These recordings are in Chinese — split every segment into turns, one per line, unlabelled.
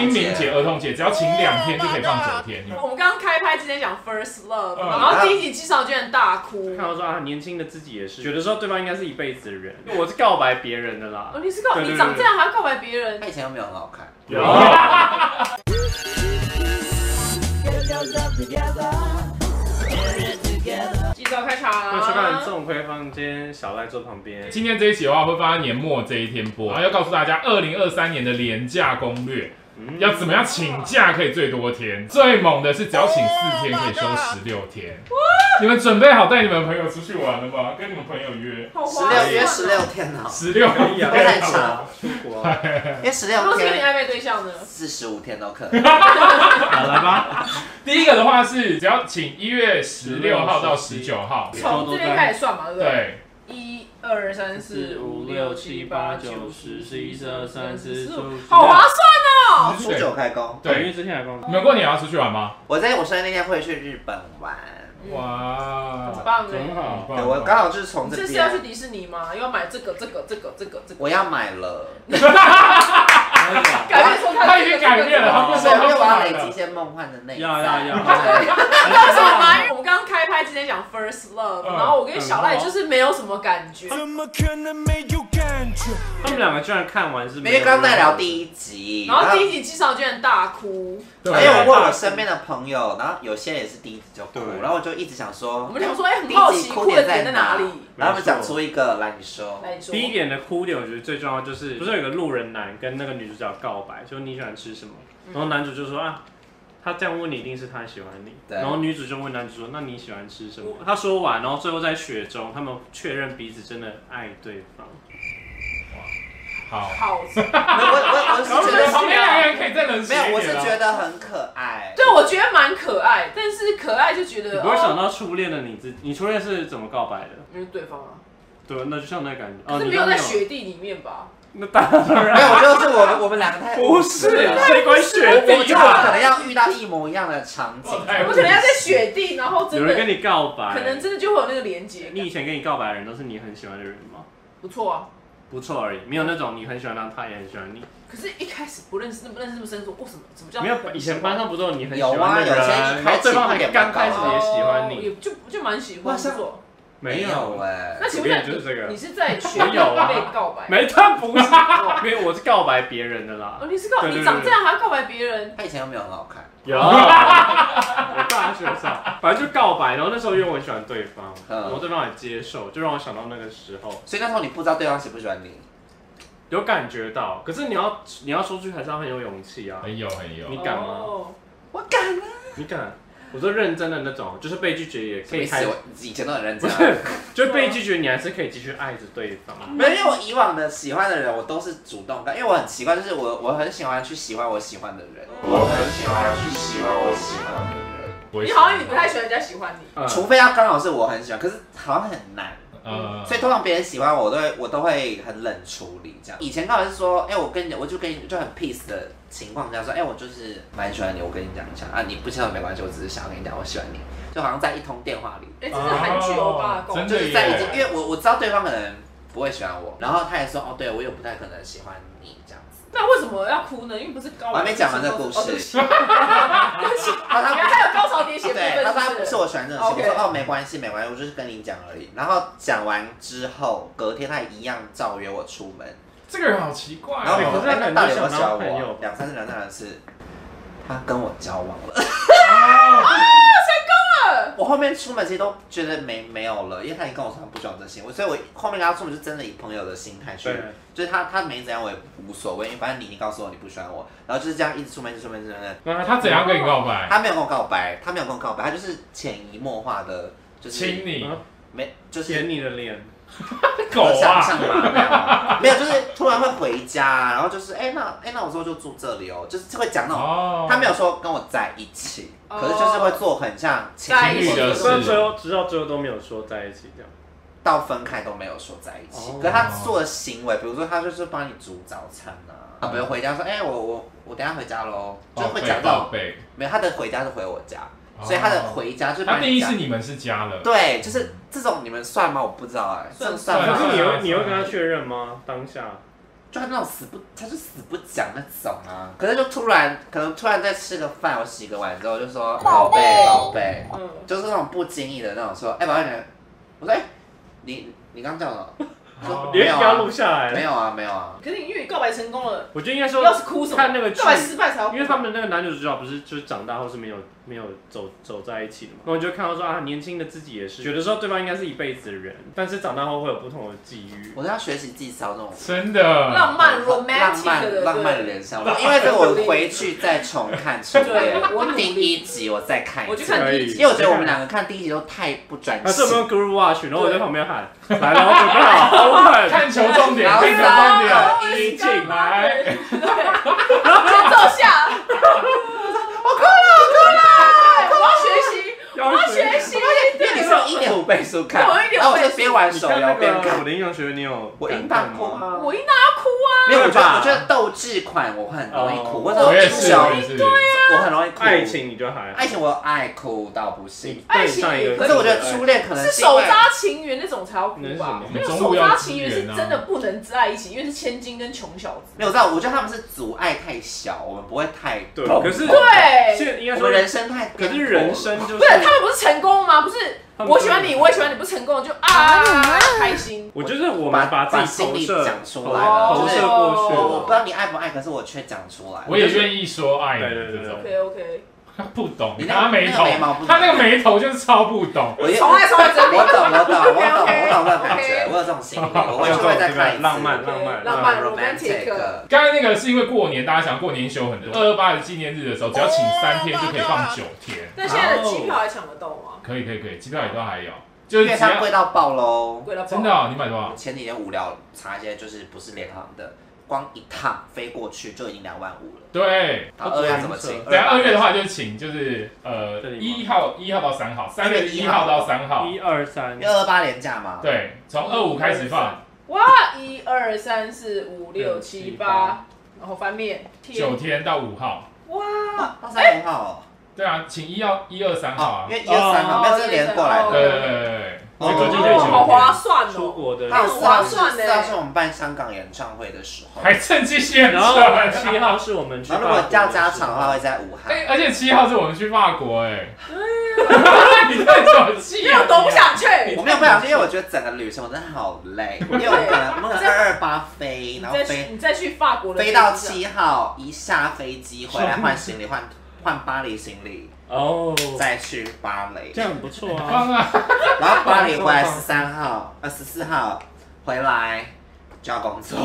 孕节、儿童节，只要请两天就可以放九天。
我们刚刚开拍之前讲 first love，、
嗯
然后第一集至少居然大哭。
看到说啊，年轻的自己也是觉得说对方应该是一辈子的人，我是告白别人的啦
哦，。你是告
对
你
对对
长这样还要告白别人
他？以前又没有很好看，
有
记者开场。
啊
那去看宋奎房间，小赖坐旁边。
今天这一集的话会放在年末这一天播，然后要告诉大家二零二三年的廉价攻略，
嗯
要怎么样请假可以最多天，最猛的是只要请四天可以休十六天。你们准备好带你们朋友出去玩了吗？跟你们朋友约
好
十
划算
六
哦
约十六。天呢，
十六
可以啊，
都
可以
太
啊
长，
出国啊。
因为十
如
六
果是跟你
天
暧昧对象呢？
四十五天都可 以。
好，来吧。
第一个的话是只要请一月十六号到十九号，
从这边开始算嘛，对不对？
对，
一二三四五六七八九十十一十二十三十四五，好划
啊！
算哦！
初九开工，
对，因
对
为，之前还放。
你们过年要出去玩吗？
我在我生日那天会去日本玩。
哇，
很棒
很
哎！
好。
对，我刚好就是从
你
这
这是要去
边，
迪士尼吗？要买这个这个这个这个这个？
我要买了，
可
改变说
他已经改变了，他不
所
是
以
说他
我就
不
我要
买
累积一
了。
些梦幻的内在。
要要要
为什么吗？因为我们刚刚开拍之前讲 first love，
嗯
然后我跟小赖就是没有什么感觉，
怎么可能没有感觉？
他们两个居然看完是
因
没有
为刚刚在聊第一集，
然后第一集至少居然大哭，
对
而且哎我问我身边的朋友，然后有些人也是第一集就哭，
对
然后我就一直想说，
我们想说哎很
第
好
一
奇
集哭
哭的点在
在
哪里
然后他们讲出一个来，你说，
来你说
第一点的哭点，我觉得最重要就是，不是有个路人男跟那个女主角告白，就你喜欢吃什么，
嗯
然后男主就说啊，他这样问你一定是他喜欢你，
对
然后女主就问男主说，那你喜欢吃什么？他说完，然后最后在雪中，他们确认彼此真的爱对方。
好，
好，
我我我是
然后
觉
我们
得
旁边两个人可以再冷静
没有，我
一
是
点
觉
啊。
得很可爱，
对，我觉得蛮可爱，但是可爱就觉
你
得
不会想
哦，
到初恋的你自己，你初恋是怎么告白的？
因为对方啊，
对，那就像那感觉，
可
哦，
是
你
没有
都
在雪地里面吧？
那当然
没有，我就是我们我们两 个太
不是，
啊
啊
我
谁管雪
我
地
觉得我可
啊？
能要遇到一模一样的场景，
哎
我可能要在雪地，然后
有
真
人跟
的
你告白，
可能真的就会有那个连接
你
感，
以前跟你告白的人都是你很喜欢的人吗？
不错啊。
不错而已，没有那种你很喜欢他，他也很喜欢你。
可是，一开始不认识，那么认识那么深，说为什么？怎么叫
没有，以前班上不都有你很喜
有啊
欢的
有
人，
些一开始
然后对方还
不敢
刚开始
告白
也喜欢
哦
你，啊
也就就蛮喜欢
哇啊塞
不错。
没有哎
那，请
我跟
问
你就是这个
你是 在雪地
没有啊
被告白？
没，他不是，
哦，
没有，我是告白别人的啦
哦。你是告
对对对
你长这样还要告白别人？
他以前又没有很好看，
有，
啊
我大学上，反正就告白，然后那时候因为我很喜欢对方，
嗯
然后对方也接受，就让我想到那个时候
所以那时候你不知道对方喜不喜欢你，
有感觉到，可是你要你要说出去还是要很有勇气
嗯
啊，
很有很有
你，敢吗
哦
我敢啊，
你敢？我说认真的那种，就是被拒绝也可
什么
以
意思
开，
我以前都很认
不
真啊。
是，就被拒绝你还是可以继续爱着对方。
没有，因为我以往的喜欢的人，我都是主动的，因为我很奇怪，就是我我很喜欢去喜欢我喜欢的人，我很喜欢去喜欢我喜欢的人，
我也
你
是
好
啊
像你不太喜欢人家喜欢你。
嗯
除非他刚好是我很喜欢，可是好像很难，
呃
所以通常别人喜欢我，我都会我都会很冷处理这样。以前刚好是说，哎、我跟你，我就跟你就很 peace 的情况下说，哎、我就是蛮喜欢你，我跟你讲一下啊，你不知道没关系，我只是想要跟你讲我喜欢你，就好像在一通电话里，
哎，这是韩剧欧巴的
哦
共
真
就
的
是在已
耶
经，因为我我知道对方可能不会喜欢我，然后他也说，哦，对我也不太可能喜欢你这样子。
那为什么要哭呢？因为不是高
我还没讲完这个故事
哦对不起，对不起，
他
原来还有高潮迭起的部
对，他说他
分，
不
是不
是
是？
我喜欢这种事
OK
我说哦没关系没关系，我就是跟你讲而已。然后讲完之后，隔天他一样照约我出门，
这个人好奇怪
然后
对
我
可
哦。
是
哎
他
那到底有没有
可能
喜
想
欢
当朋友
我
吧？
两三次两三次，他跟我交往了。 我后面出门其实都觉得没没有了，因为他已经跟我说他不喜欢这些，我所以我后面跟他出门就真的以朋友的心态去
对，
就是他他没怎样我也无所谓，因为反正你已经告诉我你不喜欢我，然后就是这样一直出门一直出门一直出门，
那
他怎样跟你告
哎
白？
他没有跟我告白，他没有跟我告白，他就是潜移默化的，就是
亲你
嗯
没就是
舔你的脸，
狗
想
啊！
象嘛， 没有，没有，就是突然会回家，然后就是哎、那哎、那我说就住这里哦，就是会讲那种，
哦，
他没有说跟我在一起，
哦
可是就是会做很像情
在一
侣
起
是
的
直
事，
到最后，直到最后都没有说在一起这样。
到分开都没有说在一起
哦，
可是他做的行为，比如说他就是帮你煮早餐啊，他不会回家说哎、我我我等一下回家喽，
哦
就是会讲
宝
到
贝，
没有他的回家是回我家，
宝贝
所以他的回家就是
他
把
定义
你家
是你们是家了，
对，就是这种你们算吗？我不知道哎、这种算
算
可
啊
是你
吗？
会你会跟他确认吗？当下
就他那种死不，他就死不讲那种啊，可是就突然，可能突然在吃个饭，我洗个碗之后就说
宝
宝
贝
贝宝贝，
嗯，
就是那种不经意的那种说，哎、宝贝，你我说哎、你你刚叫什么？
哦
连
没有
不要
啊
录，下来
没有啊，没有啊，
可是你粤语告白成功了，
我觉得应该说，
要是哭什么？
看那个剧
告白失败才要哭，
因为他们那个男女主角不是就是长大后是没有没有走走在一起的嘛，那我就看到说啊，年轻的自己也是觉得说对方应该是一辈子的人，但是长大后会有不同的际遇。
我都要学习技巧那种。
真的，
浪漫
浪
romantic 的
漫
对
浪漫联想，因为这个我回去再重看初恋
对我努，力
第一集我再看
我
一
去
次，
看第一
可以
集，
因为我觉得我们两个看第一集都太不专
他是有没
心。
有 Group Watch？然后我在旁边喊，来了，准备好，Open，
看球重点，
然后
看球重点，
是
一进来，
对，先坐下，我哭了，我哭了，我要学习，我要学习，
因为你是用一点五倍速 看，
我1.5
然后我就
倍速
边玩
你
手
看那
游边
个
看
我。的英雄学院，你有
我
感
应
动
当哭
吗？
吗？
我一拿要哭啊，
没有，我觉得
吧
我觉得斗志款我会很容易哭，或者
我也
英
是，
雄
我也是，
哦我很容易哭。
爱情你就还好
啊爱情我爱哭到不行，
爱
对
情
上一
嗯
个，
可是我觉得初恋可能
是
因
手
为
札情缘那种才要哭吧？
那
没
是
有
什么
手札情缘是真的不能在一起，因为是千金跟穷小子。
没有我知道，我觉得他们是阻碍太小，我们不会太
对，
懂
可是
对，
现应该
我
说
们，人生太
可
颠簸了
是人生就是
不是他们不是成功吗？不是
他们
我喜欢你，我也喜欢你，不是成功就啊开心。
我觉得我
把
们把
把
自己
心
投
里
射
讲出
投
来哦了
投
就是
射过去
我我
了
不知道你爱不爱，可是我却讲出来。
我也愿意说爱你
对对对
这种。
OK OK，
他不懂，
你
你
那
看他眉头
那个眉毛不，懂
他那个眉头就是超不懂。
我也
从来从来
我
整
懂，
理
我懂，我懂，我懂，
OK，OK，
我懂那种感觉
OK，
我有这种心理，我回去会再看一次。
浪漫浪漫
浪漫 romantic。
romantic，
刚才那个是因为过年，大家想过年休很多，二二八的纪念日的时候，只要请三天就可以放九天，
但现在的机票还抢得到吗？
可以可以可以，机票也都还有，就是
月
只
上
要
贵到爆喽！
贵到爆
真的、哦，你买多
我
少？
前几天无聊查一些，就是不是联航的，光一趟飞过去就已经两万五了。
对，
然后二月要怎么请？
等下二月的话就请就是呃
这里吗
一号一号到三号，三月一号到三号，
一二三
因为，二八连假嘛。
对，从二五开始放
哇，一二三四五六七八，然后翻面，
九
天，
天到五号，
哇，
到三五号
对啊，请一号一二三
哦
号啊，，
哦因为一二三号没有这连过来
哦
对
的。
对对对对，
哦
这个就
这个
是
哦，好划算
出
哦。
国的，
还有
很
四号是
划算
四号
欸
是我们办香港演唱会的时候，
还趁机宣
然后
传。
七号是我们去
然
法
后
国
如
的时
果
候，
要加场的话，会在武汉。
哎、而且七号是我们去法国、哎， 你太小气
因
了，
为我都不想去，
我没有不小心，因为我觉得整个旅程我真的好 累，因为我们可能我们可能二二八飞，
你
然后
再去
飞
你再去法国的
飞到七号，一下飞机回来换行李，换换巴黎行李，
哦，
再去巴黎
这，样很不错啊。
放啊！
然后巴黎回来十三号、呃十四号回来就要工作，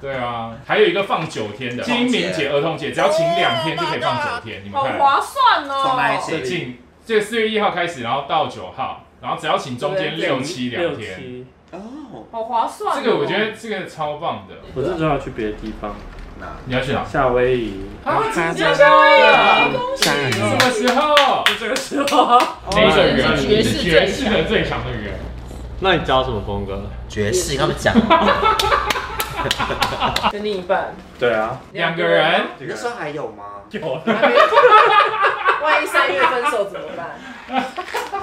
对啊，还有一个放九天的哎
童节
清明节、儿童节，只要请两天就可以放九天，你们
好
看，
划算
从哪里
哦。
写
这进这四月一号开始，然后到九号，然后只要请中间六七两
六
天，
七，
哦，
好划算、
这个我觉得这个超棒的。
我这周要去别的地方，
那
你要去哪？
夏威夷。
啊，
你要夏威夷，恭喜！
什么时候？
这个时候啊，
哪一个圆？
爵
是
士
爵士的最长的圆。
那你教什么风格？
爵士他们讲，
跟另一半
对啊，
两个人，
你那时候还有吗？
有，
万一三月分手怎么办？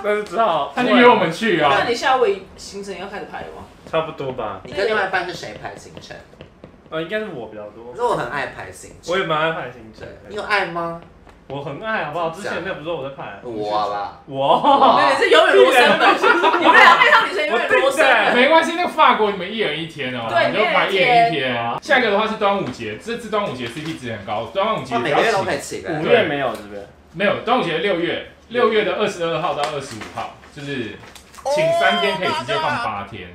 但是只好
他就约我们去
那
啊。
你夏威夷行程要开始排了吗？
差不多吧。
你跟另外一半是谁排行程？
呃，应该是我比较多
可，是我很爱排行程，
我也蛮爱拍行程
对，你有爱吗？
我很爱好不好？之前那不是我在拍，
我啦，
我
对，是永远罗生门，你们俩那趟旅程永远罗生 门。
没关系，那个法国你们一人一天哦，
对
你就排一
一人
人
一
一天。下一个的话是端午节，这次端午节 CP 值很高，端午节只
我哦每
要
个月都
请
可以请
五
哎，
月没有，是不是？
没有，端午节六月，六月的二十二号到二十五号，就是
哦
请三天可以直接放八天，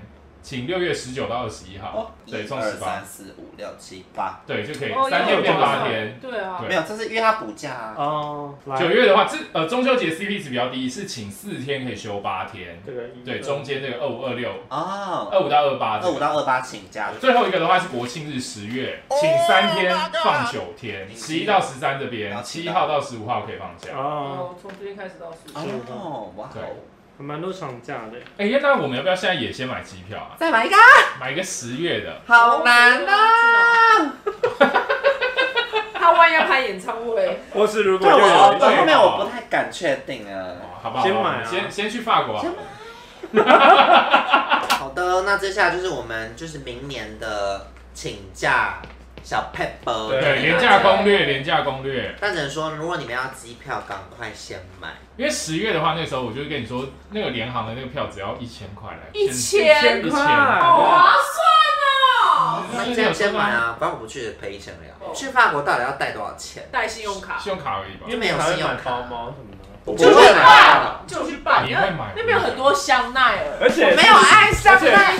请六月十九到二十一号，对，
哦一
送
二
十八
三，四五六七八，
对就可以
哦
三天变八天。
对啊，
对
没有，这是因为他补假啊。
哦，来
九月的话，这呃中秋节 CP 值比较低，是请四天可以休八天，
这个一
对，中间这个二五二六
哦，
二五到二八
二
这
五
个。
到二八请假，
最后一个的话是国庆日十月，请三天放九天，十一到十三这
然
边，
后请
七
到
号到十五号可以放假。
哦，
哦，从这边开始到十
是的
哦，哇
对
哦，
还蛮多长假的。
哎、那我们要不要现在也先买机票啊？
再买一个，
买一个十月的，
好难啊！
他万一要开演唱 会，
或是如
对，
果
我
又有
对
我
对啊
后面我不太敢确定啊。
哦好不好？
先买啊
先先去法国好了。啊
好的，那接下来就是我们就是明年的请假小 pepper，
对
对，廉价攻略，廉价攻略。
但只能说，如果你们要机票，赶快先买。
因为十月的话，那时候我就跟你说，那个联航的那个票只要一千块来，
一
现
千
在一
啊
千。
好划算
嗯
哦！
那这样先买啊，不然我不去赔钱了呀。
哦
去法国到底要带多少钱？
带信用卡
信用卡而已吧
因。为
没有
还
信
会
用
买
卡
包包什么的。
我
就去
买。
办，就去办。
你会买
那边有很多香奈儿，
而且
我没有爱上
而且
奈